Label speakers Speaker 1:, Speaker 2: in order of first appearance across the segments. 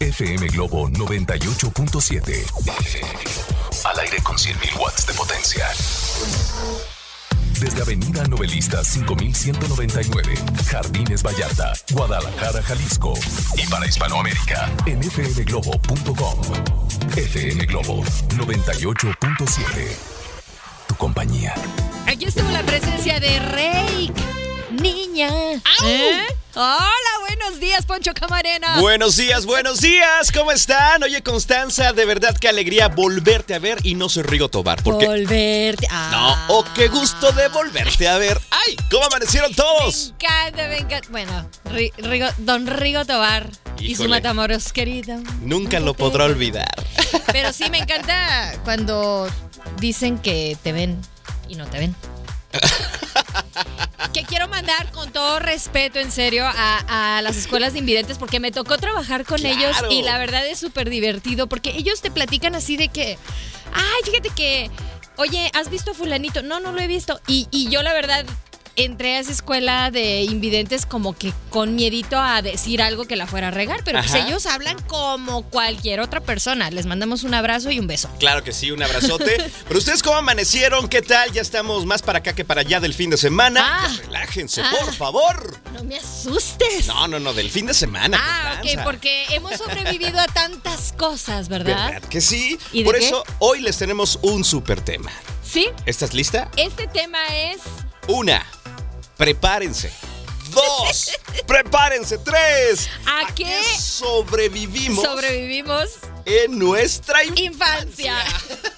Speaker 1: FM Globo 98.7. Al aire con 100.000 watts de potencia. Desde Avenida Novelista 5199, Jardines Vallarta, Guadalajara, Jalisco. Y para Hispanoamérica, en fmglobo.com. FM Globo 98.7. Tu compañía.
Speaker 2: Aquí estuvo la presencia de Rey, niña. ¿Eh? Hola, buenos días, Poncho Camarena.
Speaker 3: Buenos días, buenos días, ¿cómo están? Oye, Constanza, de verdad qué alegría volverte a ver y no soy Rigo Tobar, porque...
Speaker 2: Volverte a...
Speaker 3: No, oh, qué gusto de volverte a ver. ¡Ay! ¿Cómo amanecieron
Speaker 2: Me
Speaker 3: todos?
Speaker 2: encanta, me encanta. Bueno, Ri- Rigo- Don Rigo Tobar y su
Speaker 3: Híjole.
Speaker 2: Matamoros querido.
Speaker 3: Nunca lo podrá olvidar.
Speaker 2: Pero sí, me encanta cuando dicen que te ven y no te ven. Que quiero mandar con todo respeto, en serio, a, a las escuelas de invidentes porque me tocó trabajar con
Speaker 3: Claro.
Speaker 2: ellos y la verdad es súper divertido porque ellos te platican así de que, ay, fíjate que, oye, ¿has visto a fulanito? No, no lo he visto. Y, y yo la verdad entré a esa escuela de invidentes como que con miedito a decir algo que la fuera a regar, pero pues
Speaker 3: Ajá.
Speaker 2: ellos hablan como cualquier otra persona. Les mandamos un abrazo y un beso.
Speaker 3: Claro que sí, un abrazote. Pero ustedes cómo amanecieron, ¿qué tal? Ya estamos más para acá que para allá del fin de semana.
Speaker 2: Ah.
Speaker 3: Ya relájense,
Speaker 2: Ah.
Speaker 3: por favor.
Speaker 2: No me asustes.
Speaker 3: No, no, no, del fin de semana.
Speaker 2: Ah, ok,
Speaker 3: Constanza.
Speaker 2: porque hemos sobrevivido a tantas cosas, ¿verdad?
Speaker 3: ¿Verdad que sí?
Speaker 2: ¿Y de
Speaker 3: Por
Speaker 2: qué?
Speaker 3: eso hoy les tenemos un super tema.
Speaker 2: Sí.
Speaker 3: ¿Estás lista?
Speaker 2: Este tema es.
Speaker 3: Una, prepárense. Dos, prepárense. Tres,
Speaker 2: ¿A qué
Speaker 3: sobrevivimos
Speaker 2: sobrevivimos
Speaker 3: en nuestra infancia?
Speaker 2: infancia?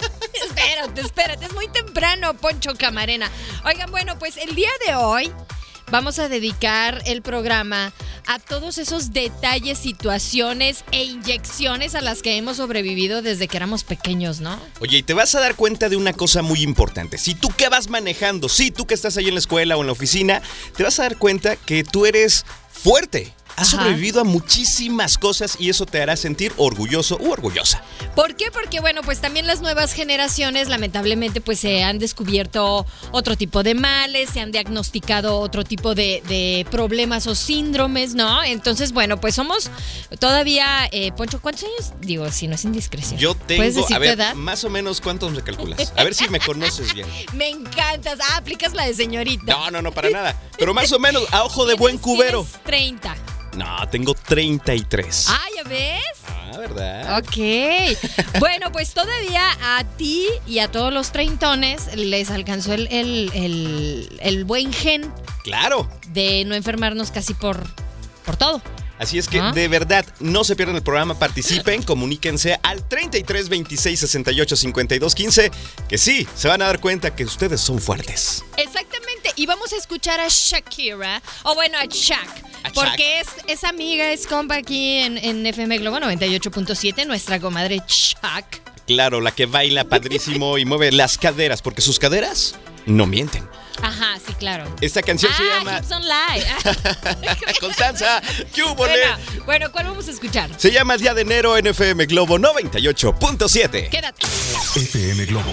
Speaker 2: espérate, espérate. Es muy temprano, Poncho Camarena. Oigan, bueno, pues el día de hoy vamos a dedicar el programa a todos esos detalles, situaciones e inyecciones a las que hemos sobrevivido desde que éramos pequeños, ¿no?
Speaker 3: Oye, y te vas a dar cuenta de una cosa muy importante. Si tú que vas manejando, si tú que estás ahí en la escuela o en la oficina, te vas a dar cuenta que tú eres fuerte. Has
Speaker 2: Ajá.
Speaker 3: sobrevivido a muchísimas cosas y eso te hará sentir orgulloso u orgullosa.
Speaker 2: ¿Por qué? Porque bueno, pues también las nuevas generaciones lamentablemente pues se han descubierto otro tipo de males, se han diagnosticado otro tipo de, de problemas o síndromes, ¿no? Entonces, bueno, pues somos todavía, eh, Poncho, ¿cuántos años? Digo, si no es indiscreción.
Speaker 3: Yo
Speaker 2: ¿Puedes
Speaker 3: tengo,
Speaker 2: decir
Speaker 3: a
Speaker 2: tu
Speaker 3: ver,
Speaker 2: edad?
Speaker 3: más o menos cuántos me calculas. A ver si me conoces bien.
Speaker 2: Me encantas. Ah, aplicas la de señorita.
Speaker 3: No, no, no, para nada. Pero más o menos, a ojo de buen
Speaker 2: Tienes-
Speaker 3: cubero.
Speaker 2: tienes 30.
Speaker 3: No, tengo 33.
Speaker 2: Ah, ya ves.
Speaker 3: Ah, ¿verdad?
Speaker 2: Ok. Bueno, pues todavía a ti y a todos los treintones les alcanzó el, el- el- el buen gen
Speaker 3: Claro.
Speaker 2: de no enfermarnos casi por, por todo.
Speaker 3: Así es que
Speaker 2: ¿Ah?
Speaker 3: de verdad, no se pierdan el programa, participen, comuníquense al 33 26 68 52 15, que sí, se van a dar cuenta que ustedes son fuertes.
Speaker 2: Exactamente. Y vamos a escuchar a Shakira, o bueno, a Shak.
Speaker 3: A Shak.
Speaker 2: Porque es, es amiga, es compa aquí en, en FM Globo 98.7, nuestra comadre Shak.
Speaker 3: Claro, la que baila padrísimo y mueve las caderas, porque sus caderas no mienten.
Speaker 2: Ajá, sí, claro.
Speaker 3: Esta canción se
Speaker 2: ah,
Speaker 3: llama
Speaker 2: Hips on Live.
Speaker 3: Constanza, ¿qué hubo, le?
Speaker 2: bueno, bueno, ¿cuál vamos a escuchar?
Speaker 3: Se llama Día de Enero en FM Globo 98.7.
Speaker 2: Quédate.
Speaker 1: FM Globo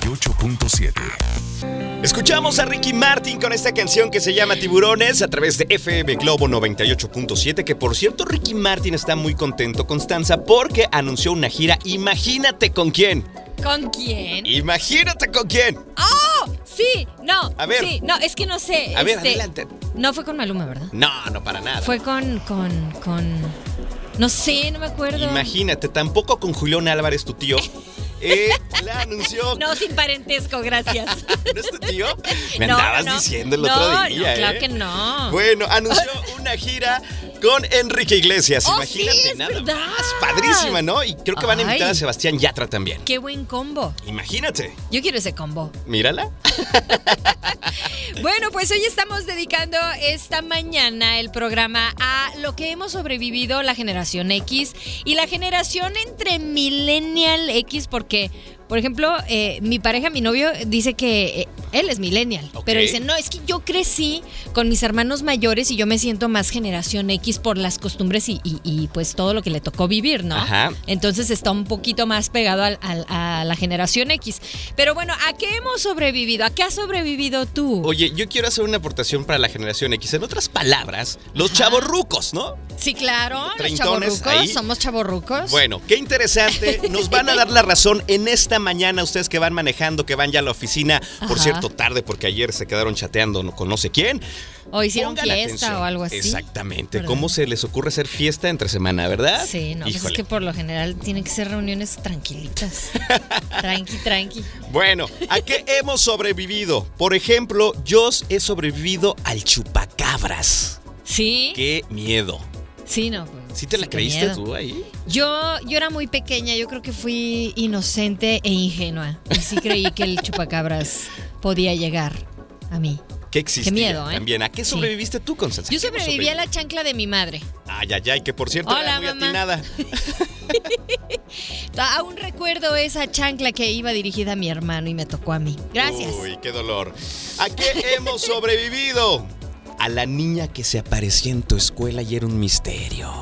Speaker 1: 98.7.
Speaker 3: Escuchamos a Ricky Martin con esta canción que se llama Tiburones a través de FM Globo 98.7, que por cierto Ricky Martin está muy contento, Constanza, porque anunció una gira. Imagínate con quién.
Speaker 2: ¿Con quién?
Speaker 3: Imagínate con quién.
Speaker 2: ¡Oh! Sí, no.
Speaker 3: A ver.
Speaker 2: Sí, no, es que no sé.
Speaker 3: A ver,
Speaker 2: este,
Speaker 3: adelante.
Speaker 2: No fue con Maluma, ¿verdad?
Speaker 3: No, no para nada.
Speaker 2: Fue con. con. con. No sé, no me acuerdo.
Speaker 3: Imagínate, tampoco con Julián Álvarez, tu tío. Eh, la anunció.
Speaker 2: No, sin parentesco, gracias.
Speaker 3: ¿No es tu tío? Me
Speaker 2: No,
Speaker 3: andabas
Speaker 2: no, no.
Speaker 3: diciendo el
Speaker 2: No,
Speaker 3: otro
Speaker 2: no,
Speaker 3: día, ¿eh?
Speaker 2: claro que no.
Speaker 3: Bueno, anunció una gira con Enrique Iglesias.
Speaker 2: Oh, sí,
Speaker 3: Imagínate
Speaker 2: es
Speaker 3: nada
Speaker 2: verdad.
Speaker 3: más. Padrísima, ¿no? Y creo que van a invitar a
Speaker 2: Ay.
Speaker 3: Sebastián Yatra también.
Speaker 2: Qué buen combo.
Speaker 3: Imagínate.
Speaker 2: Yo quiero ese combo.
Speaker 3: Mírala.
Speaker 2: Bueno, pues hoy estamos dedicando esta mañana el programa a lo que hemos sobrevivido la generación X y la generación entre millennial X, porque, por ejemplo, eh, mi pareja, mi novio, dice que eh, él es millennial,
Speaker 3: Ok.
Speaker 2: pero dice, no, es que yo crecí con mis hermanos mayores y yo me siento más generación X por las costumbres y, y- y, pues todo lo que le tocó vivir, ¿no?
Speaker 3: Ajá.
Speaker 2: Entonces está un poquito más pegado al- al- a la generación X. Pero bueno, ¿a qué hemos sobrevivido? ¿A qué has sobrevivido tú?
Speaker 3: Oye, yo quiero hacer una aportación para la generación X. En otras palabras, los chavorrucos, ¿no?
Speaker 2: Sí, claro, los
Speaker 3: Treintones
Speaker 2: chavorrucos,
Speaker 3: ahí.
Speaker 2: somos chavorrucos.
Speaker 3: Bueno, qué interesante. Nos van a dar la razón en esta mañana ustedes que van manejando, que van ya a la oficina. Por
Speaker 2: Ajá.
Speaker 3: cierto, tarde porque ayer se quedaron chateando no- con no sé quién.
Speaker 2: o hicieron
Speaker 3: Pongan
Speaker 2: fiesta
Speaker 3: atención.
Speaker 2: o algo así.
Speaker 3: Exactamente.
Speaker 2: ¿Verdad?
Speaker 3: ¿Cómo se les ocurre hacer fiesta entre semana, verdad?
Speaker 2: Sí, no, pues es
Speaker 3: Híjole.
Speaker 2: que por lo general tienen que ser reuniones tranquilitas. tranqui, tranqui.
Speaker 3: Bueno, ¿a qué hemos sobrevivido? Por ejemplo, yo he sobrevivido al chupacabras.
Speaker 2: Sí,
Speaker 3: Qué miedo.
Speaker 2: sí, no. pues,
Speaker 3: ¿Sí te la
Speaker 2: qué
Speaker 3: creíste
Speaker 2: miedo.
Speaker 3: tú ahí?
Speaker 2: Yo, yo era muy pequeña, yo creo que fui inocente e ingenua. Y sí creí que el chupacabras podía llegar a mí.
Speaker 3: ¿Qué existía?
Speaker 2: miedo, ¿eh?
Speaker 3: También, ¿a qué
Speaker 2: Sí.
Speaker 3: sobreviviste tú, Constanza?
Speaker 2: Yo
Speaker 3: ¿Qué hemos
Speaker 2: sobreviví a la chancla de mi madre.
Speaker 3: Ay, ay, ay, que por cierto
Speaker 2: Hola,
Speaker 3: era muy
Speaker 2: mamá.
Speaker 3: atinada.
Speaker 2: Aún recuerdo esa chancla que iba dirigida a mi hermano y me tocó a mí. Gracias.
Speaker 3: Uy, qué dolor. ¿A qué hemos sobrevivido? A la niña que se aparecía en tu escuela y era un misterio.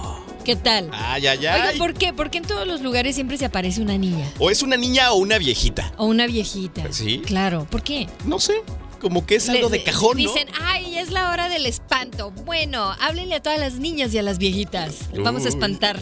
Speaker 2: ¿Qué tal?
Speaker 3: Ay, ay, ay.
Speaker 2: Oiga, ¿por qué? ¿Por qué en todos los lugares siempre se aparece una niña?
Speaker 3: O es una niña o una viejita.
Speaker 2: O una viejita.
Speaker 3: Sí.
Speaker 2: Claro, ¿por qué?
Speaker 3: No sé, como que es algo
Speaker 2: Le-
Speaker 3: de cajón, ¿no?
Speaker 2: Dicen, ay, es la hora del espanto. Bueno, háblenle a todas las niñas y a las viejitas. Vamos
Speaker 3: Uy.
Speaker 2: a espantar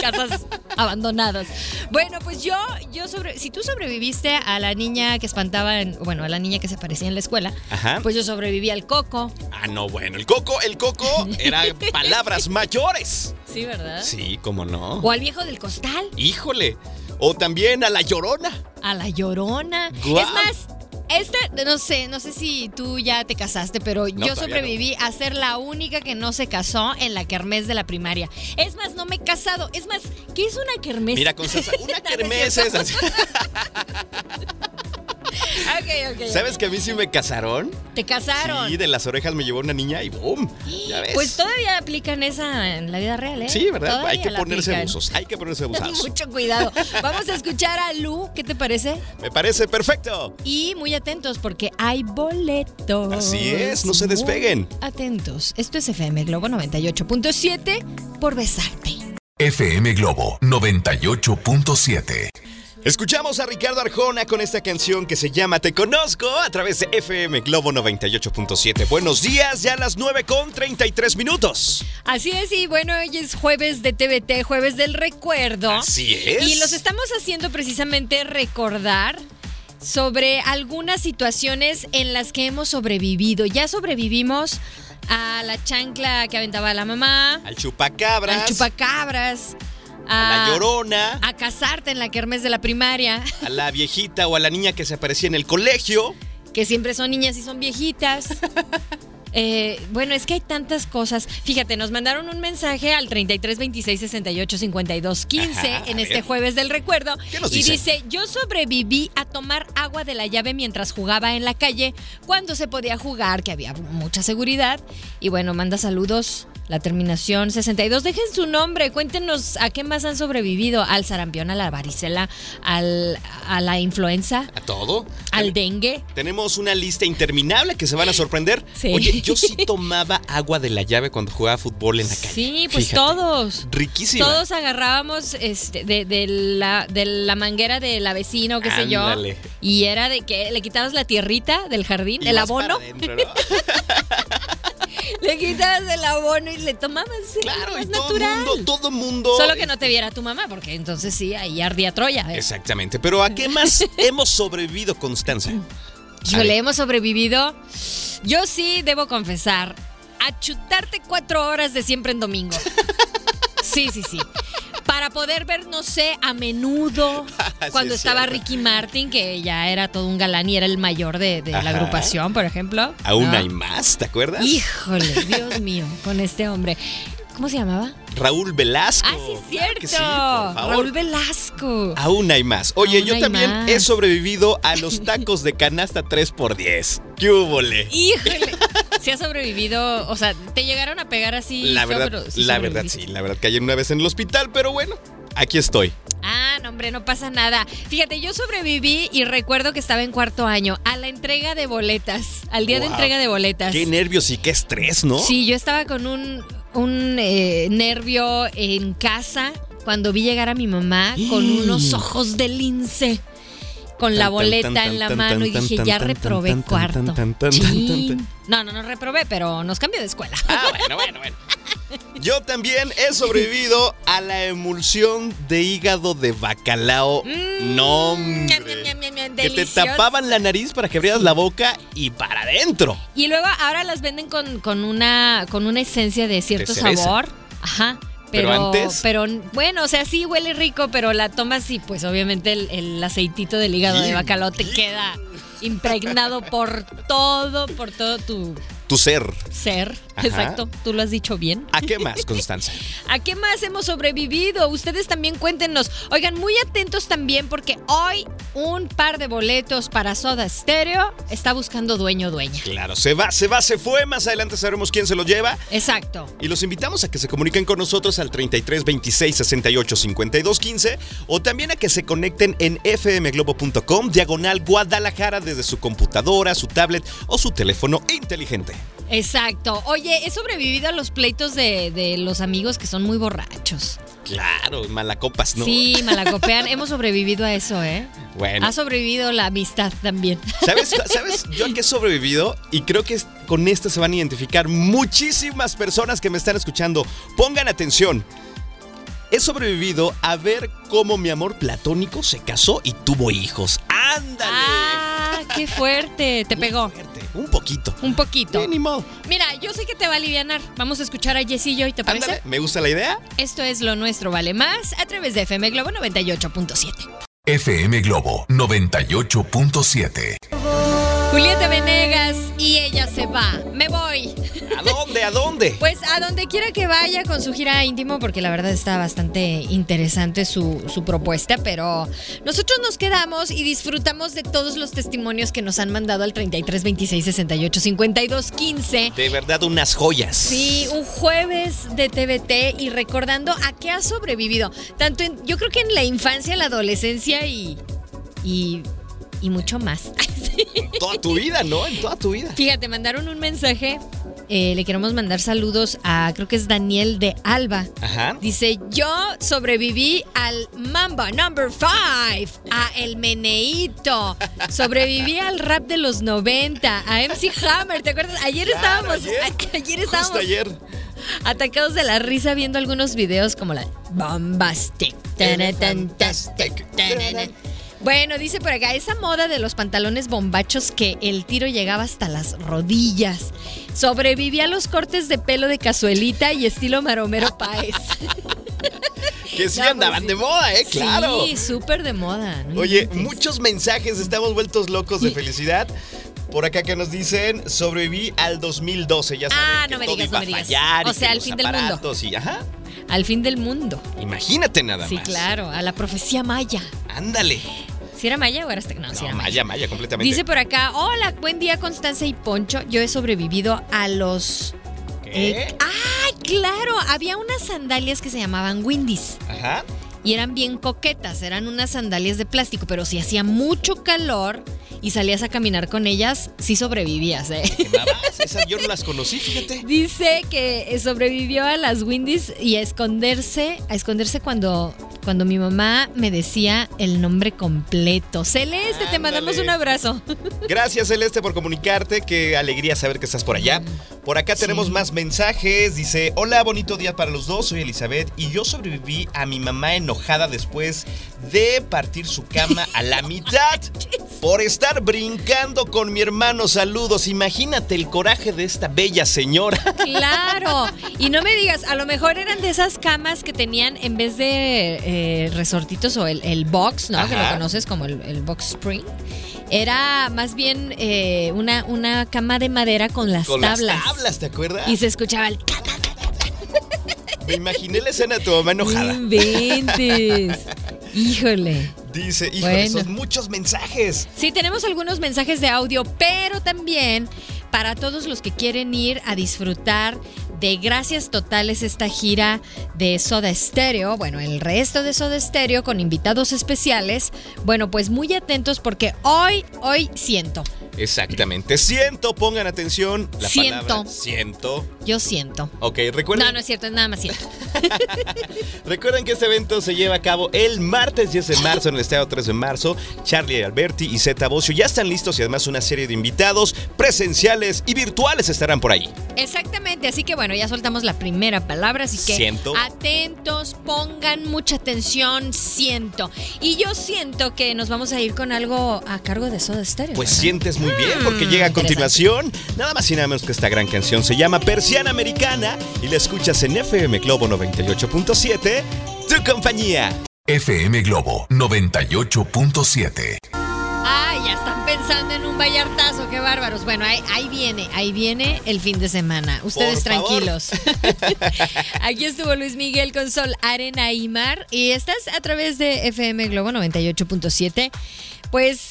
Speaker 2: casas abandonadas. Bueno, pues yo, yo sobre, si tú sobreviviste a la niña que espantaba, en- bueno, a la niña que se aparecía en la escuela,
Speaker 3: Ajá.
Speaker 2: pues yo sobreviví al coco.
Speaker 3: Ah, no, bueno, el coco, el coco era palabras mayores.
Speaker 2: Sí, ¿verdad?
Speaker 3: Sí, cómo no.
Speaker 2: O al viejo del costal,
Speaker 3: Híjole. O también a la llorona.
Speaker 2: a la llorona.
Speaker 3: Guau.
Speaker 2: Es más, esta, no sé, no sé si tú ya te casaste, pero yo
Speaker 3: todavía
Speaker 2: sobreviví a ser la única que no se casó en la kermés de la primaria. Es más, no me he casado. Es más, ¿qué es una kermés?
Speaker 3: Mira, Constanza, una
Speaker 2: No, no es
Speaker 3: kermés es
Speaker 2: cierto.
Speaker 3: así.
Speaker 2: Ok, ok.
Speaker 3: ¿Sabes que a mí sí me casaron?
Speaker 2: ¿Te casaron?
Speaker 3: Sí, de las orejas me llevó una niña y ¡boom! Ya ves.
Speaker 2: Pues todavía aplican esa en la vida real, ¿eh?
Speaker 3: Sí, ¿verdad?
Speaker 2: Todavía
Speaker 3: hay que
Speaker 2: la
Speaker 3: ponerse
Speaker 2: aplican.
Speaker 3: abusos. Hay que ponerse abusados.
Speaker 2: Mucho cuidado. Vamos a escuchar a Lu, ¿qué te parece?
Speaker 3: Me parece perfecto.
Speaker 2: Y muy atentos porque hay boletos.
Speaker 3: Así es, no se
Speaker 2: Muy
Speaker 3: despeguen.
Speaker 2: atentos. Esto es FM Globo 98.7 por besarte.
Speaker 4: FM Globo 98.7.
Speaker 3: Escuchamos a Ricardo Arjona con esta canción que se llama Te Conozco a través de FM Globo 98.7. Buenos días, ya a las 9 con 33 minutos.
Speaker 2: Así es, y bueno, hoy es jueves de TVT, jueves del recuerdo.
Speaker 3: Así es.
Speaker 2: Ah, Y los estamos haciendo precisamente recordar sobre algunas situaciones en las que hemos sobrevivido. Ya sobrevivimos a la chancla que aventaba la mamá,
Speaker 3: Al chupacabras.
Speaker 2: al chupacabras,
Speaker 3: a
Speaker 2: a,
Speaker 3: la llorona.
Speaker 2: a casarte en la kermés de la primaria,
Speaker 3: A la viejita o a la niña que se aparecía en el colegio.
Speaker 2: que siempre son niñas y son viejitas. Eh, bueno, es que hay tantas cosas. Fíjate, nos mandaron un mensaje al 33 26 68 52 15
Speaker 3: Ajá,
Speaker 2: en
Speaker 3: a
Speaker 2: este
Speaker 3: ver.
Speaker 2: jueves del recuerdo.
Speaker 3: ¿Qué nos
Speaker 2: y
Speaker 3: dicen?
Speaker 2: dice, yo sobreviví a tomar agua de la llave mientras jugaba en la calle, cuando se podía jugar, que había mucha seguridad. Y bueno, manda saludos. La terminación 62. Dejen su nombre. Cuéntenos a qué más han sobrevivido. Al sarampión, a la varicela, al- a la influenza,
Speaker 3: A todo.
Speaker 2: al dengue.
Speaker 3: Tenemos una lista interminable que se van a sorprender.
Speaker 2: Sí.
Speaker 3: Oye, yo sí tomaba agua de la llave cuando jugaba fútbol en la calle.
Speaker 2: Sí, pues
Speaker 3: Fíjate.
Speaker 2: todos.
Speaker 3: Riquísima.
Speaker 2: Todos agarrábamos este, de, de la, de la manguera de la vecina o qué sé yo.
Speaker 3: Ándale.
Speaker 2: Y era de que le quitabas la tierrita del jardín,
Speaker 3: Y
Speaker 2: el
Speaker 3: vas
Speaker 2: abono.
Speaker 3: para adentro, ¿no? Ah,
Speaker 2: Le quitabas el abono y le tomabas. era
Speaker 3: Claro,
Speaker 2: más
Speaker 3: y todo el
Speaker 2: natural.
Speaker 3: mundo, todo mundo.
Speaker 2: Solo que no te viera tu mamá, porque entonces sí, ahí ardía Troya. ¿eh?
Speaker 3: Exactamente, pero ¿a qué más hemos sobrevivido, Constanza?
Speaker 2: Yo
Speaker 3: A ver.
Speaker 2: le hemos sobrevivido. Yo sí debo confesar, a chutarte cuatro horas de siempre en domingo. Sí, sí, sí. Para poder ver, no sé, a menudo,
Speaker 3: Ah, Sí,
Speaker 2: cuando
Speaker 3: es
Speaker 2: estaba
Speaker 3: cierto.
Speaker 2: Ricky Martin, que ya era todo un galán y era el mayor de, de
Speaker 3: Ajá.
Speaker 2: la agrupación, por ejemplo.
Speaker 3: Aún
Speaker 2: ¿no?
Speaker 3: hay más, ¿te acuerdas?
Speaker 2: Híjole, Dios mío, con este hombre. ¿Cómo se llamaba?
Speaker 3: Raúl Velasco.
Speaker 2: Ah, sí, es
Speaker 3: Claro
Speaker 2: cierto.
Speaker 3: que sí, por favor. Ah.
Speaker 2: Raúl Velasco.
Speaker 3: Aún hay más. Oye,
Speaker 2: Aún
Speaker 3: yo
Speaker 2: hay
Speaker 3: también
Speaker 2: más.
Speaker 3: he sobrevivido a los tacos de canasta 3x10. ¡Qué húbole!
Speaker 2: Híjole. Se ha sobrevivido, o sea, te llegaron a pegar así.
Speaker 3: La verdad,
Speaker 2: sobre-
Speaker 3: la verdad
Speaker 2: sobreviviste.
Speaker 3: sí, la verdad caí una vez en el hospital, pero bueno, aquí estoy.
Speaker 2: Ah, no, hombre, no pasa nada. Fíjate, yo sobreviví y recuerdo que estaba en cuarto año a la entrega de boletas, al día de
Speaker 3: Wow.
Speaker 2: entrega de boletas.
Speaker 3: Qué nervios y qué estrés, ¿no?
Speaker 2: Sí, yo estaba con un, un, eh, nervio en casa cuando vi llegar a mi mamá con
Speaker 3: ¡Eh!
Speaker 2: unos ojos de lince. Con la
Speaker 3: Tan, tan,
Speaker 2: boleta
Speaker 3: tan,
Speaker 2: en la
Speaker 3: tan,
Speaker 2: mano y
Speaker 3: tan,
Speaker 2: dije,
Speaker 3: tan,
Speaker 2: ya
Speaker 3: tan,
Speaker 2: reprobé
Speaker 3: tan, tan,
Speaker 2: cuarto.
Speaker 3: tan, tan, tan,
Speaker 2: Chin.
Speaker 3: tan, tan.
Speaker 2: No, no, no reprobé, pero nos cambió de escuela.
Speaker 3: Ah, bueno, bueno, bueno. Yo también he sobrevivido a la emulsión de hígado de bacalao.
Speaker 2: Mm,
Speaker 3: no,
Speaker 2: ñam, ñam,
Speaker 3: hombre.
Speaker 2: ñam, ñam, ñam,
Speaker 3: Que te
Speaker 2: delicioso.
Speaker 3: tapaban la nariz para que abrieras la boca y para adentro.
Speaker 2: Y luego ahora las venden con, con una con una esencia de cierto
Speaker 3: cereza.
Speaker 2: sabor. Ajá. Pero,
Speaker 3: Pero antes-
Speaker 2: pero, bueno, o sea, sí huele rico, pero la tomas y pues obviamente el, el aceitito del hígado de
Speaker 3: Bien,
Speaker 2: bacalao te
Speaker 3: bien.
Speaker 2: queda impregnado por todo, por todo tu
Speaker 3: Tu ser.
Speaker 2: ser.
Speaker 3: Ajá.
Speaker 2: Exacto, tú lo has dicho bien.
Speaker 3: ¿A qué más, Constanza?
Speaker 2: ¿A qué más hemos sobrevivido? Ustedes también cuéntenos. Oigan, muy atentos también porque hoy un par de boletos para Soda Stereo está buscando dueño o dueña.
Speaker 3: Claro, se va, se va, se fue. Más adelante sabremos quién se lo lleva.
Speaker 2: Exacto.
Speaker 3: Y los invitamos a que se comuniquen con nosotros al 33 26 68 52 15 o también a que se conecten en fmglobo.com, diagonal Guadalajara, desde su computadora, su tablet o su teléfono inteligente.
Speaker 2: Exacto. Oye, he sobrevivido a los pleitos de, de los amigos que son muy borrachos.
Speaker 3: Claro, malacopas, ¿no?
Speaker 2: Sí, malacopean. Hemos sobrevivido a eso, ¿eh?
Speaker 3: Bueno.
Speaker 2: Ha sobrevivido la amistad también.
Speaker 3: ¿Sabes, ¿Sabes yo a qué he sobrevivido? Y creo que es- con esto se van a identificar muchísimas personas que me están escuchando. Pongan atención. He sobrevivido a ver cómo mi amor platónico se casó y tuvo hijos. ¡Ándale!
Speaker 2: ¡Ah, qué fuerte! Te
Speaker 3: Muy
Speaker 2: pegó
Speaker 3: fuerte, un poquito.
Speaker 2: un poquito.
Speaker 3: Sí, ni modo.
Speaker 2: Mira, yo sé que te va a alivianar. Vamos a escuchar a Jessy y Joy, ¿te parece?
Speaker 3: Ándale, me gusta la idea.
Speaker 2: Esto es Lo Nuestro Vale Más a través de FM Globo 98.7.
Speaker 4: FM Globo 98.7.
Speaker 2: Julieta Venegas y ella se va. Me voy.
Speaker 3: ¿A dónde? ¿A dónde?
Speaker 2: Pues a donde quiera que vaya con su gira íntimo, porque la verdad está bastante interesante su, su propuesta, pero nosotros nos quedamos y disfrutamos de todos los testimonios que nos han mandado al 33 26 68 52 15.
Speaker 3: De verdad, unas joyas.
Speaker 2: Sí, un jueves de TVT y recordando a qué has sobrevivido. Tanto en- yo creo que en la infancia, la adolescencia y, y, y mucho más.
Speaker 3: Toda tu vida, ¿no? En toda tu vida.
Speaker 2: Fíjate, mandaron un mensaje. eh, le queremos mandar saludos a, creo que es Daniel de Alba.
Speaker 3: Ajá.
Speaker 2: Dice, yo sobreviví al Mamba Number 5, a El Meneito, sobreviví al rap de los 90, a MC Hammer, ¿te acuerdas? Ayer
Speaker 3: Claro,
Speaker 2: estábamos,
Speaker 3: ayer.
Speaker 2: a- ayer estábamos
Speaker 3: Justo ayer.
Speaker 2: atacados de la risa viendo algunos videos como la Bombastic. tanatantastic, tananan. Bueno, dice por acá, esa moda de los pantalones bombachos que el tiro llegaba hasta las rodillas. Sobreviví a los cortes de pelo de cazuelita y estilo maromero paez.
Speaker 3: Que sí
Speaker 2: No, pues
Speaker 3: andaban
Speaker 2: sí.
Speaker 3: de moda, ¿eh? Claro.
Speaker 2: Sí, súper de moda. ¿no?
Speaker 3: Oye,
Speaker 2: Inventes.
Speaker 3: muchos mensajes, estamos vueltos locos de felicidad. Por acá que nos dicen, sobreviví al 2012, ya saben
Speaker 2: Ah,
Speaker 3: que
Speaker 2: no me
Speaker 3: todo
Speaker 2: digas,
Speaker 3: iba
Speaker 2: no me
Speaker 3: a
Speaker 2: digas.
Speaker 3: fallar y
Speaker 2: O sea,
Speaker 3: que
Speaker 2: al
Speaker 3: los
Speaker 2: fin del mundo.
Speaker 3: aparatos y- ajá,
Speaker 2: Al fin del mundo.
Speaker 3: imagínate nada
Speaker 2: Sí,
Speaker 3: más.
Speaker 2: claro, a la profecía maya.
Speaker 3: Ándale.
Speaker 2: ¿Si era maya o era azteca? No, sí
Speaker 3: No,
Speaker 2: era maya.
Speaker 3: maya, maya, completamente.
Speaker 2: Dice por acá, hola, buen día Constanza y Poncho. Yo he sobrevivido a los...
Speaker 3: ¿Qué?
Speaker 2: eh, ¡Ay, claro! Había unas sandalias que se llamaban Windies
Speaker 3: Ajá.
Speaker 2: y eran bien coquetas, eran unas sandalias de plástico, pero si hacía mucho calor y salías a caminar con ellas, sí sobrevivías, ¿eh?
Speaker 3: ¿Quemabas? Esas yo no las conocí, fíjate.
Speaker 2: Dice que eh, sobrevivió a las Windies y a esconderse, a esconderse cuando, cuando mi mamá me decía el nombre completo. Celeste, te mandamos
Speaker 3: Ándale.
Speaker 2: un abrazo.
Speaker 3: Gracias, Celeste, por comunicarte. Qué alegría saber que estás por allá. Por acá tenemos
Speaker 2: Sí.
Speaker 3: más mensajes. Dice: Hola, bonito día para los dos. Soy Elizabeth y yo sobreviví a mi mamá enojada después de partir su cama a la mitad por estar brincando con mi hermano. Saludos. Imagínate el coraje de esta bella señora.
Speaker 2: Claro. Y no me digas, a lo mejor eran de esas camas que tenían en vez de eh, resortitos o el, el box, ¿no? Que lo
Speaker 3: Ajá.
Speaker 2: conoces como el, el box spring. Era más bien eh, una, una cama de madera con las
Speaker 3: Con
Speaker 2: tablas.
Speaker 3: las tablas, ¿te acuerdas?
Speaker 2: Y se escuchaba el...
Speaker 3: Me imaginé la escena de tu mamá enojada.
Speaker 2: No inventes. Híjole.
Speaker 3: Dice, híjole,
Speaker 2: Bueno.
Speaker 3: son muchos mensajes.
Speaker 2: Sí, tenemos algunos mensajes de audio, pero también para todos los que quieren ir a disfrutar de Gracias Totales esta gira de Soda Stereo, bueno, el resto de Soda Stereo con invitados especiales. Bueno, pues muy atentos porque hoy, hoy siento,
Speaker 3: Exactamente. Siento, pongan atención. La
Speaker 2: Siento.
Speaker 3: palabra siento.
Speaker 2: yo siento.
Speaker 3: Ok, recuerden,
Speaker 2: No, no es cierto, es nada más cierto.
Speaker 3: recuerden que este evento se lleva a cabo el martes 10 de marzo en el Estadio 3 de marzo. Charlie Alberti y Zeta Bocio ya están listos y además una serie de invitados presenciales y virtuales estarán por ahí.
Speaker 2: Exactamente, así que bueno, ya soltamos la primera palabra, así que
Speaker 3: Siento.
Speaker 2: atentos, pongan mucha atención, siento. Y yo siento que nos vamos a ir con algo a cargo de Soda Stereo.
Speaker 3: Pues
Speaker 2: ¿verdad?
Speaker 3: sientes muy bien porque llega a
Speaker 2: Mm, interesante.
Speaker 3: continuación nada más y nada menos que esta gran canción. Se llama Persiana Americana y la escuchas en FM Globo 98.7, tu compañía.
Speaker 4: FM Globo 98.7.
Speaker 2: Ay, Ah, ya están pensando en un vallartazo, qué bárbaros. Bueno, ahí, ahí viene, ahí viene el fin de semana. Ustedes
Speaker 3: Por favor.
Speaker 2: tranquilos. Aquí estuvo Luis Miguel con Sol, Arena y Mar. Y estás a través de FM Globo 98.7. Pues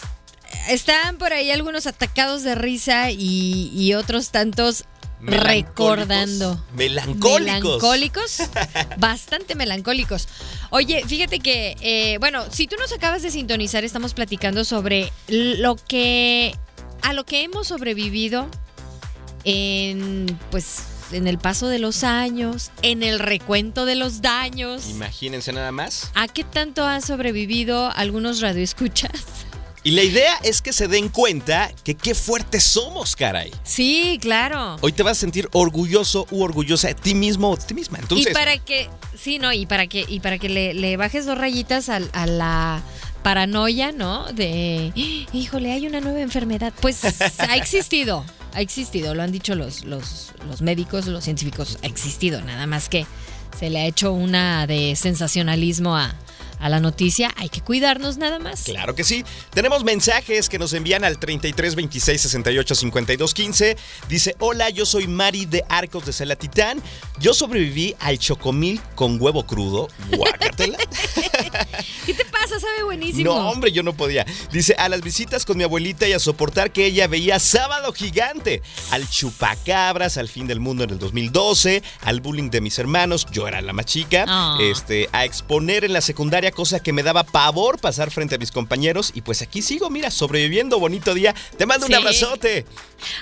Speaker 2: están por ahí algunos atacados de risa y, y otros tantos recordando.
Speaker 3: Melancólicos.
Speaker 2: Melancólicos, bastante melancólicos. Oye, fíjate que, eh, bueno, si tú nos acabas de sintonizar, estamos platicando sobre lo que, a lo que hemos sobrevivido en, pues, en el paso de los años, en el recuento de los daños.
Speaker 3: Imagínense nada más.
Speaker 2: ¿A qué tanto han sobrevivido algunos radioescuchas?
Speaker 3: Y la idea es que se den cuenta que qué fuertes somos, caray.
Speaker 2: Sí, claro.
Speaker 3: Hoy te vas a sentir orgulloso u orgullosa de ti mismo o de ti misma. Entonces,
Speaker 2: y para que, sí, no, y para que, y para que le, le bajes dos rayitas al- a, la paranoia, ¿no? De, híjole, hay una nueva enfermedad. Pues ha existido, ha existido, lo han dicho los, los, los médicos, los científicos, ha existido, nada más que se le ha hecho una de sensacionalismo a, a la noticia, hay que cuidarnos nada más.
Speaker 3: Claro que sí. Tenemos mensajes que nos envían al 33 26 68 52 15. Dice: Hola, yo soy Mari de Arcos de Celatitán. Yo sobreviví al chocomil con huevo crudo. Guácatela.
Speaker 2: ¿Qué te pasa? Sabe buenísimo.
Speaker 3: no, hombre, yo no podía. Dice: A las visitas con mi abuelita y a soportar que ella veía Sábado Gigante, al Chupacabras, al fin del mundo en el 2012, al bullying de mis hermanos. Yo era la más chica.
Speaker 2: Ah.
Speaker 3: Este, a exponer en la secundaria, cosa que me daba pavor pasar frente a mis compañeros. Y pues aquí sigo, mira, sobreviviendo. Bonito día. Te mando
Speaker 2: Sí.
Speaker 3: un abrazote.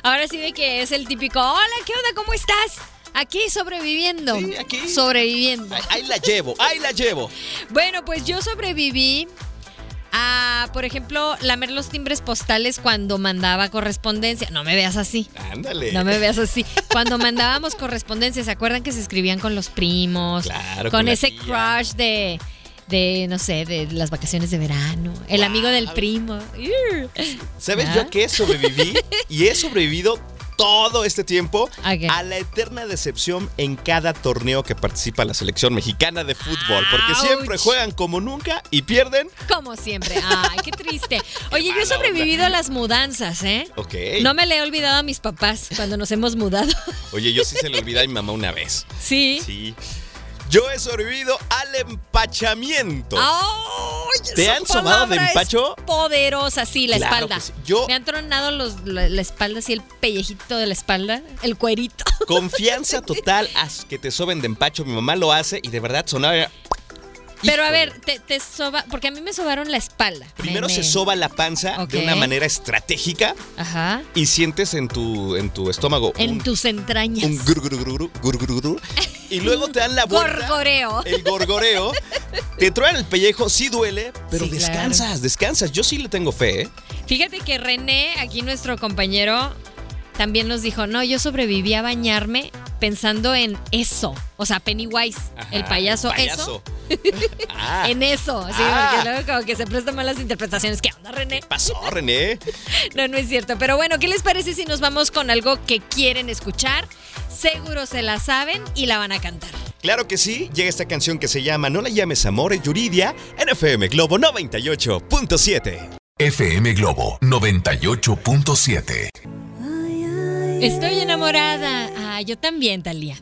Speaker 2: Ahora sí de que es el típico, hola, ¿qué onda? ¿Cómo estás? Aquí sobreviviendo.
Speaker 3: Sí, aquí.
Speaker 2: Sobreviviendo.
Speaker 3: Ahí, ahí la llevo, ahí la llevo.
Speaker 2: Bueno, pues yo sobreviví a, por ejemplo, lamer los timbres postales cuando mandaba correspondencia. No me veas así.
Speaker 3: Ándale.
Speaker 2: No me veas así. Cuando mandábamos correspondencia, ¿se acuerdan que se escribían con los primos?
Speaker 3: Claro,
Speaker 2: con,
Speaker 3: con la
Speaker 2: ese
Speaker 3: tía.
Speaker 2: crush de, de, no sé, de las vacaciones de verano. El amigo del primo. Ur.
Speaker 3: ¿Sabes
Speaker 2: ¿Ah?
Speaker 3: yo que sobreviví? y he sobrevivido todo este tiempo
Speaker 2: ¿A qué?
Speaker 3: a la eterna decepción en cada torneo que participa la selección mexicana de fútbol. Porque
Speaker 2: Ouch.
Speaker 3: siempre juegan como nunca y pierden.
Speaker 2: Como siempre. Ay, qué triste. Oye, yo he
Speaker 3: mala
Speaker 2: sobrevivido a las mudanzas, ¿eh?
Speaker 3: Ok.
Speaker 2: No me le he olvidado a mis papás cuando nos hemos mudado.
Speaker 3: Oye, yo sí se le olvidé a mi mamá una vez.
Speaker 2: Sí.
Speaker 3: Sí. Yo he sobrevivido al empachamiento.
Speaker 2: ¡Ay!
Speaker 3: ¿Te
Speaker 2: esa
Speaker 3: han sobado de
Speaker 2: palabra es
Speaker 3: empacho?
Speaker 2: Poderosa, sí, la
Speaker 3: Claro
Speaker 2: espalda.
Speaker 3: que sí. Yo-
Speaker 2: Me han tronado los- la, la espalda, así el pellejito de la espalda, el cuerito.
Speaker 3: Confianza total a que te soben de empacho. Mi mamá lo hace y de verdad sonaba.
Speaker 2: Pero a
Speaker 3: Híjole.
Speaker 2: ver, te, te soba, porque a mí me sobaron la espalda. Me-
Speaker 3: Primero se
Speaker 2: me-
Speaker 3: soba la panza
Speaker 2: Ok.
Speaker 3: de una manera estratégica
Speaker 2: Ajá.
Speaker 3: y sientes en tu, en tu estómago
Speaker 2: En
Speaker 3: un,
Speaker 2: tus entrañas.
Speaker 3: un gru, gru, gru, gru, gru, gru, y luego te dan la vuelta.
Speaker 2: Gorgoreo.
Speaker 3: El gorgoreo. Te truenan el pellejo, sí duele, pero
Speaker 2: Sí, claro.
Speaker 3: descansas, descansas. Yo sí le tengo fe, ¿eh?
Speaker 2: Fíjate que René, aquí nuestro compañero, también nos dijo, no, yo sobreviví a bañarme pensando en eso. O sea, Pennywise, el
Speaker 3: Ajá,
Speaker 2: payaso, eso.
Speaker 3: payaso. Ah,
Speaker 2: En eso, sí,
Speaker 3: Ah.
Speaker 2: porque luego como que se prestan malas interpretaciones. ¿Qué onda, René?
Speaker 3: pasó, René.
Speaker 2: No, no es cierto. Pero bueno, ¿qué les parece si nos vamos con algo que quieren escuchar? Seguro se la saben y la van a cantar.
Speaker 3: Claro que sí, llega esta canción que se llama No la llames amor, es Yuridia, en FM Globo 98.7.
Speaker 4: FM Globo 98.7.
Speaker 2: Estoy enamorada. Ah, yo también, Talía.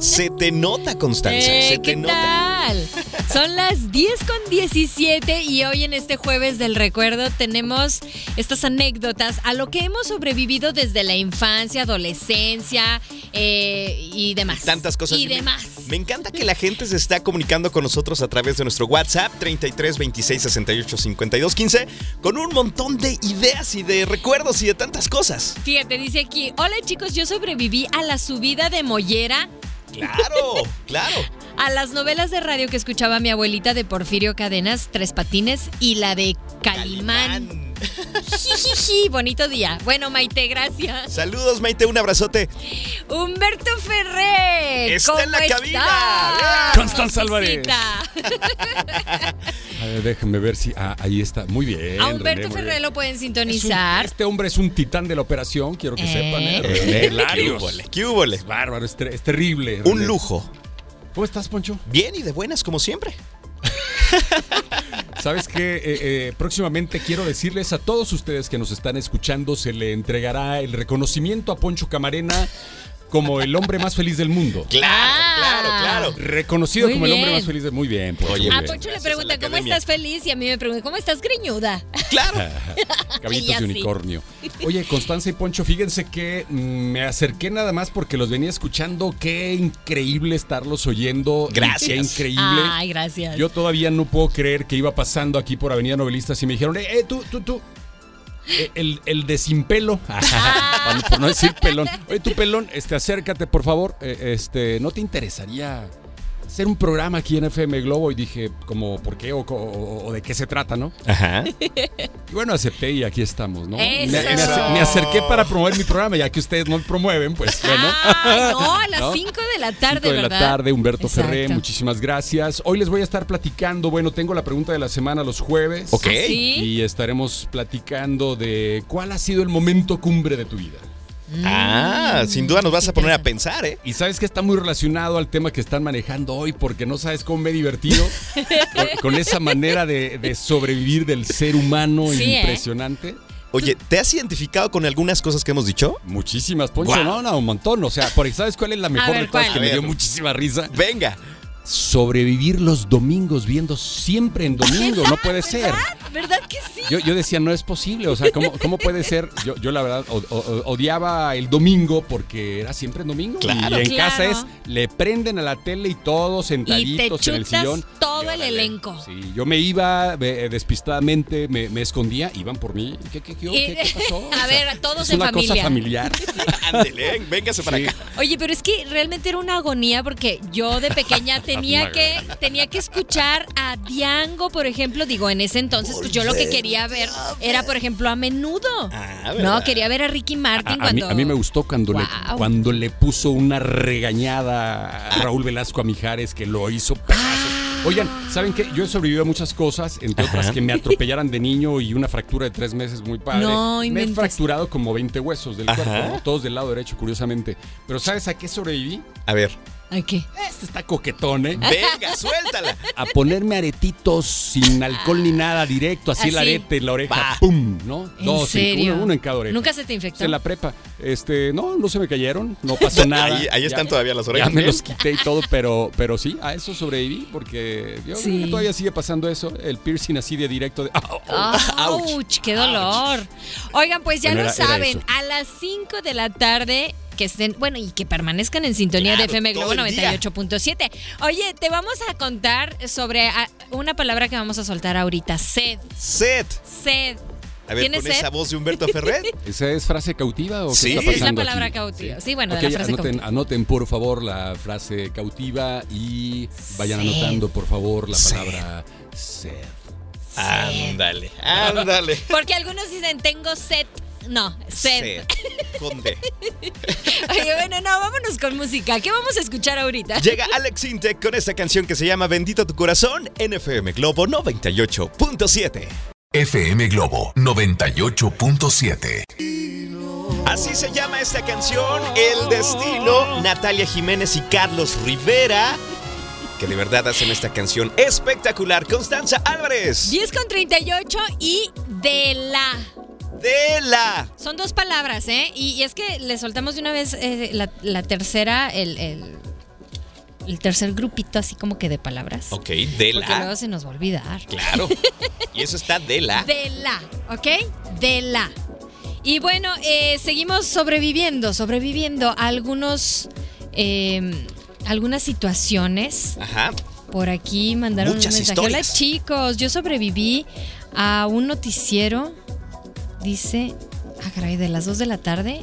Speaker 3: Se te nota, Constanza.
Speaker 2: Eh,
Speaker 3: se te
Speaker 2: ¿Qué
Speaker 3: nota.
Speaker 2: tal? Son las 10 con 17 y hoy en este jueves del recuerdo tenemos estas anécdotas a lo que hemos sobrevivido desde la infancia, adolescencia eh, y demás.
Speaker 3: Tantas cosas.
Speaker 2: Y
Speaker 3: que me-
Speaker 2: demás.
Speaker 3: Me encanta que la gente se está comunicando con nosotros a través de nuestro WhatsApp 33 26 68 52 15 con un montón de ideas y de recuerdos y de tantas cosas.
Speaker 2: Fíjate, dice aquí, hola chicos, yo sobreviví a la subida de Mollera,
Speaker 3: Claro, claro.
Speaker 2: a las novelas de radio que escuchaba mi abuelita de Porfirio Cadenas, Tres Patines y la de Calimán.
Speaker 3: Calimán.
Speaker 2: Jijiji, bonito día. Bueno, Maite, gracias.
Speaker 3: Saludos, Maite, un abrazote.
Speaker 2: Humberto Ferrer.
Speaker 3: Está
Speaker 2: ¿cómo
Speaker 3: en la cabina.
Speaker 2: está?
Speaker 5: Constanza Álvarez.
Speaker 2: Visita.
Speaker 5: A ver, déjenme ver si. ah, ahí está. Muy bien.
Speaker 2: A
Speaker 5: René,
Speaker 2: Humberto
Speaker 5: muy bien.
Speaker 2: Ferrer lo pueden
Speaker 5: Es un-
Speaker 2: sintonizar.
Speaker 5: este hombre es un titán de la operación, quiero que
Speaker 2: Eh.
Speaker 5: sepan. ¿eh?
Speaker 2: Eh,
Speaker 5: René
Speaker 3: ¿Qué
Speaker 5: Larios.
Speaker 3: húbole? ¿Qué húbole?
Speaker 5: Es bárbaro, es, ter- es terrible.
Speaker 3: Un
Speaker 5: René.
Speaker 3: lujo.
Speaker 5: ¿Cómo estás, Poncho?
Speaker 3: Bien y de buenas, como siempre.
Speaker 5: ¿Sabes qué? Eh, eh, próximamente quiero decirles a todos ustedes que nos están escuchando, se le entregará el reconocimiento a Poncho Camarena como el hombre más feliz del mundo.
Speaker 2: Ah.
Speaker 5: Reconocido
Speaker 2: Muy
Speaker 5: como el hombre
Speaker 2: bien. Ah,
Speaker 5: más feliz del mundo. Muy bien, Poncho.
Speaker 3: Oye,
Speaker 5: muy
Speaker 2: A
Speaker 5: bien.
Speaker 2: Pocho le
Speaker 3: Gracias a
Speaker 2: pregunta,
Speaker 3: la
Speaker 2: ¿cómo
Speaker 3: academia.
Speaker 2: estás feliz? Y a mí me pregunta, ¿cómo estás greñuda?
Speaker 3: Claro.
Speaker 5: Caballitos
Speaker 2: Ya
Speaker 5: de
Speaker 2: sí.
Speaker 5: unicornio. Oye, Constanza y Poncho, fíjense que mm, me acerqué nada más porque los venía escuchando. Qué increíble estarlos oyendo. y
Speaker 3: Gracias.
Speaker 5: Qué increíble.
Speaker 2: Ay, gracias.
Speaker 5: Yo todavía no puedo creer que iba pasando aquí por Avenida Novelistas y me dijeron, eh, eh, tú, tú, tú. Eh, El, el de sin pelo,
Speaker 2: Ah.
Speaker 5: Para no- por no decir pelón. Oye, tú pelón, este, acércate, por favor. Eh, este, ¿no te interesaría hacer un programa aquí en FM Globo? Y dije, como, ¿por qué? O, co- o- o de qué se trata, ¿no?
Speaker 3: Ajá.
Speaker 5: Y bueno, acepté y aquí estamos, ¿no? Me,
Speaker 2: Eso.
Speaker 5: me ace- me acerqué para promover mi programa, ya que ustedes no lo promueven, pues bueno.
Speaker 2: Ay, no, a las
Speaker 5: ¿No?
Speaker 2: 5 de la Ah, tarde,
Speaker 5: Cinco de
Speaker 2: ¿verdad?
Speaker 5: la tarde, Humberto
Speaker 2: Exacto.
Speaker 5: Ferré, muchísimas gracias. Hoy les voy a estar platicando, bueno, tengo la pregunta de la semana los jueves.
Speaker 3: Ok.
Speaker 2: ¿Ah, sí?
Speaker 5: Y estaremos platicando de cuál ha sido el momento cumbre de tu vida.
Speaker 3: Ah, sin duda nos vas a poner
Speaker 2: Mm.
Speaker 3: a pensar, ¿eh?
Speaker 5: Y sabes que está muy relacionado al tema que están manejando hoy, porque no sabes cómo me he divertido con, con esa manera de, de sobrevivir del ser humano
Speaker 2: Sí, ¿eh?
Speaker 5: impresionante.
Speaker 3: Oye, ¿te has identificado con algunas cosas que hemos dicho?
Speaker 5: Muchísimas, Poncho.
Speaker 3: Guau.
Speaker 5: No, no, un montón. O sea, por ahí, ¿sabes cuál es la mejor
Speaker 2: ver,
Speaker 5: de todas
Speaker 2: ¿cuál?
Speaker 5: que me
Speaker 3: A
Speaker 5: dio
Speaker 3: ver.
Speaker 5: muchísima risa?
Speaker 3: Venga.
Speaker 5: Sobrevivir los domingos viendo siempre en domingo. No puede ser.
Speaker 2: ¿Verdad que sí?
Speaker 5: Yo, yo decía, no es posible. O sea, ¿cómo, cómo puede ser? Yo, yo la verdad, o- o- odiaba el domingo porque era siempre en domingo.
Speaker 3: Claro.
Speaker 5: y en
Speaker 2: Claro.
Speaker 5: casa es, le prenden a la tele y todos
Speaker 2: Y te
Speaker 5: sentaditos en el
Speaker 2: chutas
Speaker 5: sillón.
Speaker 2: todo el elenco.
Speaker 5: Sí, yo me iba eh, despistadamente, me, me escondía, iban por mí. ¿Qué, qué, qué,
Speaker 2: Y-
Speaker 5: qué- qué pasó?
Speaker 2: A ver, a todos
Speaker 5: es
Speaker 2: en
Speaker 5: una cosa
Speaker 2: familia.
Speaker 5: familiar.
Speaker 3: Ándele, véngase para
Speaker 5: Sí.
Speaker 3: acá.
Speaker 2: Oye, pero es que realmente era una agonía porque yo de pequeña tenía
Speaker 5: Una
Speaker 2: que tenía que escuchar a Diango, por ejemplo, digo, en ese entonces pues yo lo que quería ver era por ejemplo a Menudo.
Speaker 3: Ah, ¿verdad?
Speaker 2: no, quería ver a Ricky
Speaker 5: A,
Speaker 2: Martin
Speaker 5: a mí,
Speaker 2: cuando
Speaker 5: a mí me gustó cuando, le,
Speaker 2: Guau.
Speaker 5: cuando le puso una regañada a Raúl Velasco a Mijares que lo hizo pedazos.
Speaker 2: Ah.
Speaker 5: Oigan, ¿saben qué? Yo he sobrevivido a muchas cosas, entre otras que me atropellaran de niño y una fractura de tres meses muy padre.
Speaker 2: No
Speaker 5: me he
Speaker 2: inventes.
Speaker 5: fracturado como 20 huesos del cuerpo, ¿no? todos del lado derecho, curiosamente. Pero ¿sabes a qué sobreviví?
Speaker 3: A ver.
Speaker 2: Ay, ¿qué?
Speaker 5: Este está coquetón, ¿eh?
Speaker 3: Venga, suéltala.
Speaker 5: A ponerme aretitos sin alcohol ni nada, directo, así, el
Speaker 2: Así.
Speaker 5: arete en la oreja,
Speaker 3: Pa.
Speaker 5: ¡pum! ¿No?
Speaker 2: ¿En
Speaker 5: Dos, cinco,
Speaker 2: serio?
Speaker 5: uno, uno en cada oreja.
Speaker 2: Nunca se te infectó.
Speaker 5: En la prepa. Este, no, no se me cayeron, no pasó nada.
Speaker 3: Ahí, ahí están
Speaker 5: Ya-
Speaker 3: todavía las
Speaker 5: Ya
Speaker 3: orejas.
Speaker 5: me los quité y todo, pero, pero sí, a eso sobreviví porque yo
Speaker 2: Sí.
Speaker 5: creo que todavía sigue pasando eso, el piercing así de directo de... ¡Au!
Speaker 2: ¡Auch! ¡Qué dolor! Oigan, pues ya
Speaker 5: Bueno,
Speaker 2: lo
Speaker 5: era- era
Speaker 2: saben,
Speaker 5: eso.
Speaker 2: a las 5 de la tarde que estén, bueno, y que permanezcan en sintonía de
Speaker 3: Claro,
Speaker 2: FM Globo
Speaker 3: todo el día.
Speaker 2: 98.7. Oye, te vamos a contar sobre ah, una palabra que vamos a soltar ahorita, sed,
Speaker 3: Set.
Speaker 2: sed.
Speaker 3: A ver,
Speaker 2: ¿Tienes
Speaker 3: con
Speaker 2: sed?
Speaker 3: esa voz de Humberto Ferrer.
Speaker 5: ¿Esa es frase cautiva o qué
Speaker 3: Sí.
Speaker 5: está
Speaker 3: Es
Speaker 5: pasando
Speaker 2: la palabra
Speaker 5: aquí?
Speaker 2: cautiva. Sí, bueno, de
Speaker 5: Ok,
Speaker 2: la frase
Speaker 5: anoten,
Speaker 2: cautiva.
Speaker 5: anoten, por favor, la frase cautiva y vayan
Speaker 2: Sed.
Speaker 5: anotando, por favor, la palabra sed.
Speaker 3: Ándale, ándale.
Speaker 2: Porque algunos dicen, tengo sed. No, sed.
Speaker 3: Sed. Con D.
Speaker 2: Oye, bueno, no, vámonos con música. ¿Qué vamos a escuchar ahorita?
Speaker 3: Llega Alex Intec con esta canción que se llama Bendito tu corazón, NFM Globo 98.7.
Speaker 1: FM Globo 98.7.
Speaker 3: Así se llama esta canción, El Destino, Natalia Jiménez y Carlos Rivera, que de verdad hacen esta canción espectacular. Constanza Álvarez,
Speaker 2: 10 con 38 y de la...
Speaker 3: de la...
Speaker 2: Son dos palabras, ¿eh? Y, y es que le soltamos de una vez eh, la, la tercera, el, el- el tercer grupito así como que de palabras.
Speaker 3: Ok, de
Speaker 2: Porque luego
Speaker 3: la.
Speaker 2: se nos va a olvidar.
Speaker 3: Claro. Y eso está de la.
Speaker 2: De la, ¿ok? De la. Y bueno, eh, seguimos sobreviviendo, sobreviviendo a algunos, eh, algunas situaciones.
Speaker 3: Ajá.
Speaker 2: Por aquí mandaron
Speaker 3: Muchas
Speaker 2: un mensaje.
Speaker 3: historias.
Speaker 2: Hola chicos, yo sobreviví a un noticiero, dice, ah, caray, de las 2 de la tarde.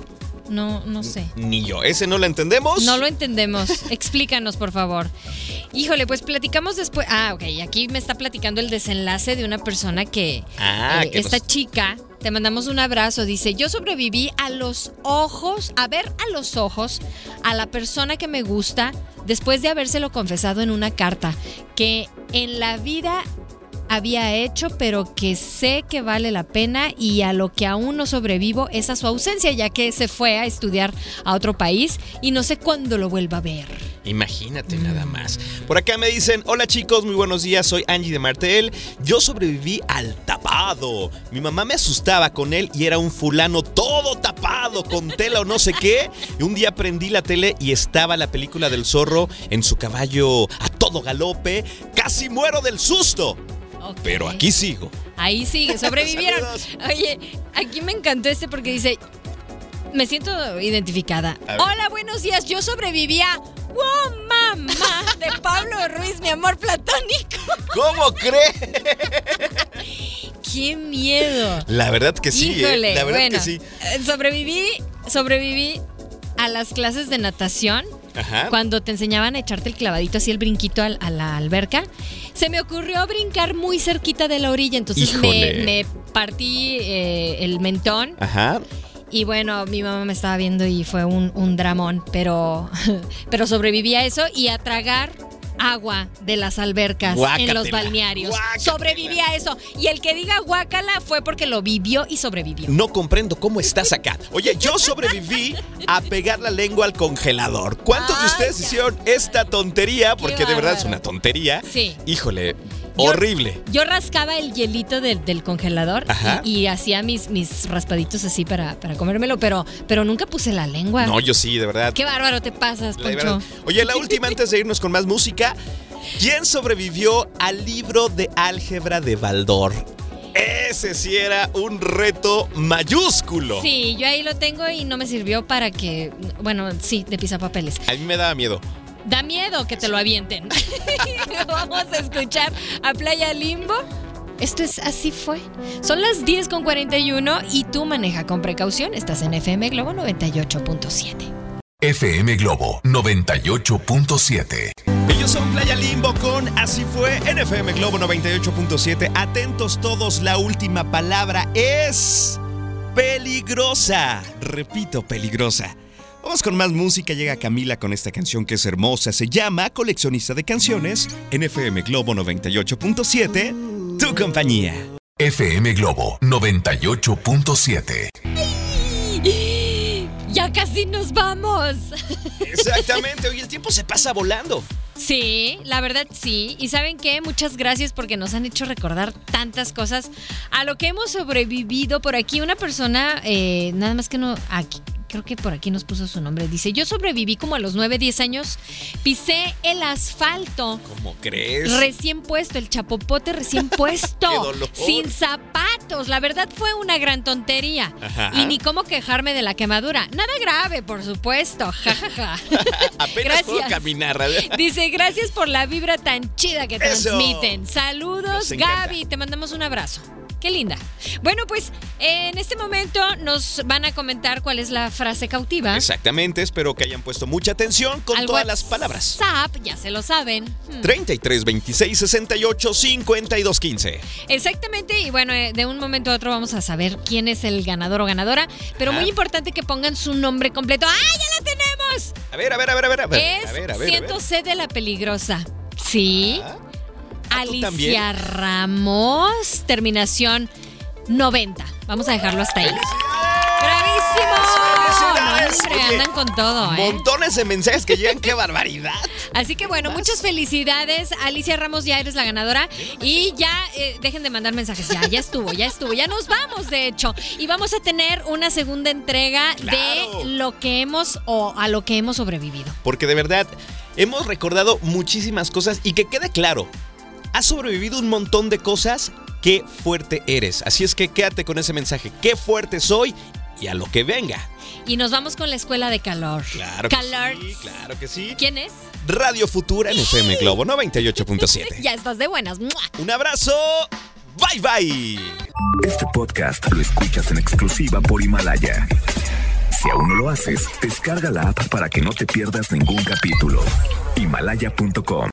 Speaker 2: No, no sé.
Speaker 3: Ni yo. Ese no lo entendemos.
Speaker 2: No lo entendemos. Explícanos, por favor. Híjole, pues platicamos después. Ah, ok. Aquí me está platicando el desenlace de una persona que.
Speaker 3: Ah, que
Speaker 2: Eh, esta
Speaker 3: nos-
Speaker 2: chica. Te mandamos un abrazo. Dice: Yo sobreviví a los ojos, a ver a los ojos a la persona que me gusta después de habérselo confesado en una carta que en la vida había hecho, pero que sé que vale la pena y a lo que aún no sobrevivo es a su ausencia, ya que se fue a estudiar a otro país y no sé cuándo lo vuelva a ver.
Speaker 3: Imagínate
Speaker 2: Mm.
Speaker 3: nada más. Por acá me dicen, hola chicos, muy buenos días, soy Angie de Martel. Yo sobreviví al tapado. Mi mamá me asustaba con él y era un fulano todo tapado, con tela o no sé qué. Y un día prendí la tele y estaba la película del zorro en su caballo a todo galope. Casi muero del susto.
Speaker 2: Ok.
Speaker 3: Pero aquí sigo.
Speaker 2: Ahí sigue, sobrevivieron.
Speaker 3: Saludos.
Speaker 2: Oye, aquí me encantó este porque dice, me siento identificada.
Speaker 3: A ver.
Speaker 2: Hola, buenos días, yo sobrevivía. ¡Wow, mamá! De Pablo Ruiz, mi amor platónico.
Speaker 3: ¿Cómo cree?
Speaker 2: ¡Qué miedo!
Speaker 3: La verdad que sí, ¿eh?
Speaker 2: Híjole,
Speaker 3: La verdad
Speaker 2: bueno,
Speaker 3: que sí.
Speaker 2: eh, sobreviví, sobreviví a las clases de natación.
Speaker 3: Ajá.
Speaker 2: Cuando te enseñaban a echarte el clavadito así, el brinquito al- a, la alberca, se me ocurrió brincar muy cerquita de la orilla, entonces me,
Speaker 3: Híjole.
Speaker 2: me partí eh, el mentón
Speaker 3: Ajá.
Speaker 2: y bueno, mi mamá me estaba viendo y fue un, un dramón, pero, pero sobreviví a eso y a tragar agua de las albercas en los
Speaker 3: Guácatela.
Speaker 2: balnearios.
Speaker 3: Guácatela.
Speaker 2: Sobreviví a eso. Y el que diga guácala fue porque lo vivió y sobrevivió.
Speaker 3: No comprendo cómo estás acá. Oye, yo sobreviví a pegar la lengua al congelador. ¿Cuántos de
Speaker 2: Ay,
Speaker 3: ustedes
Speaker 2: ya.
Speaker 3: hicieron esta tontería?
Speaker 2: Qué
Speaker 3: Porque de verdad es
Speaker 2: bárbaro.
Speaker 3: una tontería.
Speaker 2: Sí.
Speaker 3: Híjole,
Speaker 2: Yo-
Speaker 3: horrible.
Speaker 2: Yo rascaba el hielito del, del congelador
Speaker 3: Ajá.
Speaker 2: y, y hacía mis, mis raspaditos así para, para comérmelo, pero, pero nunca puse la lengua.
Speaker 3: No, yo sí, de verdad.
Speaker 2: Qué bárbaro te pasas,
Speaker 3: La de
Speaker 2: Poncho.
Speaker 3: verdad. Oye, la última antes de irnos con más música. ¿Quién sobrevivió al libro de álgebra de Baldor? Ese sí era un reto mayúsculo.
Speaker 2: Sí, yo ahí lo tengo y no me sirvió para que, bueno, sí, de pisapapeles.
Speaker 3: A mí me daba miedo.
Speaker 2: Da miedo que te lo avienten. Vamos a escuchar a Playa Limbo. Esto es Así fue. Son las 10 con 41 y tú maneja con precaución. Estás en FM Globo 98.7.
Speaker 4: FM Globo 98.7.
Speaker 3: Ellos son Playa Limbo con Así fue NFM Globo 98.7. Atentos todos, la última palabra es peligrosa. Repito, peligrosa. Vamos con más música. Llega Camila con esta canción que es hermosa. Se llama Coleccionista de Canciones. NFM Globo 98.7. Tu compañía.
Speaker 4: FM Globo 98.7.
Speaker 2: Ya casi nos vamos.
Speaker 3: Exactamente. Hoy el tiempo se pasa volando.
Speaker 2: Sí, la verdad sí. Y saben qué, muchas gracias porque nos han hecho recordar tantas cosas a lo que hemos sobrevivido por aquí. Una persona, eh, nada más que no, aquí, creo que por aquí nos puso su nombre, dice, yo sobreviví como a los 9, 10 años, pisé el asfalto.
Speaker 3: ¿Cómo crees?
Speaker 2: Recién puesto, el chapopote recién puesto.
Speaker 3: ¡Qué dolor!
Speaker 2: Sin zapatos. La verdad fue una gran tontería.
Speaker 3: Ajá.
Speaker 2: Y ni cómo quejarme de la quemadura. Nada grave, por supuesto. Ja, ja, ja.
Speaker 3: Apenas puedo
Speaker 2: gracias.
Speaker 3: caminar.
Speaker 2: Dice, gracias por la vibra tan chida que
Speaker 3: Eso.
Speaker 2: transmiten. Saludos,
Speaker 3: Nos encanta.
Speaker 2: Gaby. Te mandamos un abrazo. Qué linda. Bueno, pues en este momento nos van a comentar cuál es la frase cautiva.
Speaker 3: Exactamente. Espero que hayan puesto mucha atención con
Speaker 2: Al
Speaker 3: todas las palabras.
Speaker 2: WhatsApp, ya se lo saben. Hmm.
Speaker 3: 33 26 68 52 15.
Speaker 2: Exactamente, y bueno, eh, de un momento a otro vamos a saber quién es el ganador o ganadora, pero
Speaker 3: Ajá.
Speaker 2: muy importante que pongan su nombre completo. ¡Ah, ya la tenemos!
Speaker 3: A ver, a ver, a ver, a ver. A ver,
Speaker 2: es
Speaker 3: a ver, a ver, a ver.
Speaker 2: Siento C de la Peligrosa. Sí.
Speaker 3: Ah, ¿tú
Speaker 2: Alicia
Speaker 3: también?
Speaker 2: Ramos, terminación 90. Vamos a dejarlo hasta ahí. ¡Bravísimo!
Speaker 3: ¡Felicidades!
Speaker 2: No, hombre,
Speaker 3: Oye,
Speaker 2: andan con todo, ¿eh?
Speaker 3: Montones de mensajes que llegan, qué barbaridad.
Speaker 2: Así que bueno, muchas felicidades. Alicia Ramos, ya eres la ganadora. Y ya eh, dejen de mandar mensajes. Ya, ya estuvo, ya estuvo. Ya nos vamos, de hecho. Y vamos a tener una segunda entrega
Speaker 3: Claro.
Speaker 2: de lo que hemos o a lo que hemos sobrevivido.
Speaker 3: Porque de verdad, Hemos recordado muchísimas cosas y que quede claro, has sobrevivido un montón de cosas, qué fuerte eres. Así es que quédate con ese mensaje, qué fuerte soy y a lo que venga.
Speaker 2: Y nos vamos con la escuela de calor.
Speaker 3: Claro que
Speaker 2: Calor.
Speaker 3: sí, claro que sí.
Speaker 2: ¿Quién es?
Speaker 3: Radio Futura en FM Globo 98.7.
Speaker 2: Ya estás de buenas. ¡Mua!
Speaker 3: Un abrazo. Bye bye.
Speaker 1: Este podcast lo escuchas en exclusiva por Himalaya. Si aún no lo haces, descarga la app para que no te pierdas ningún capítulo. Himalaya.com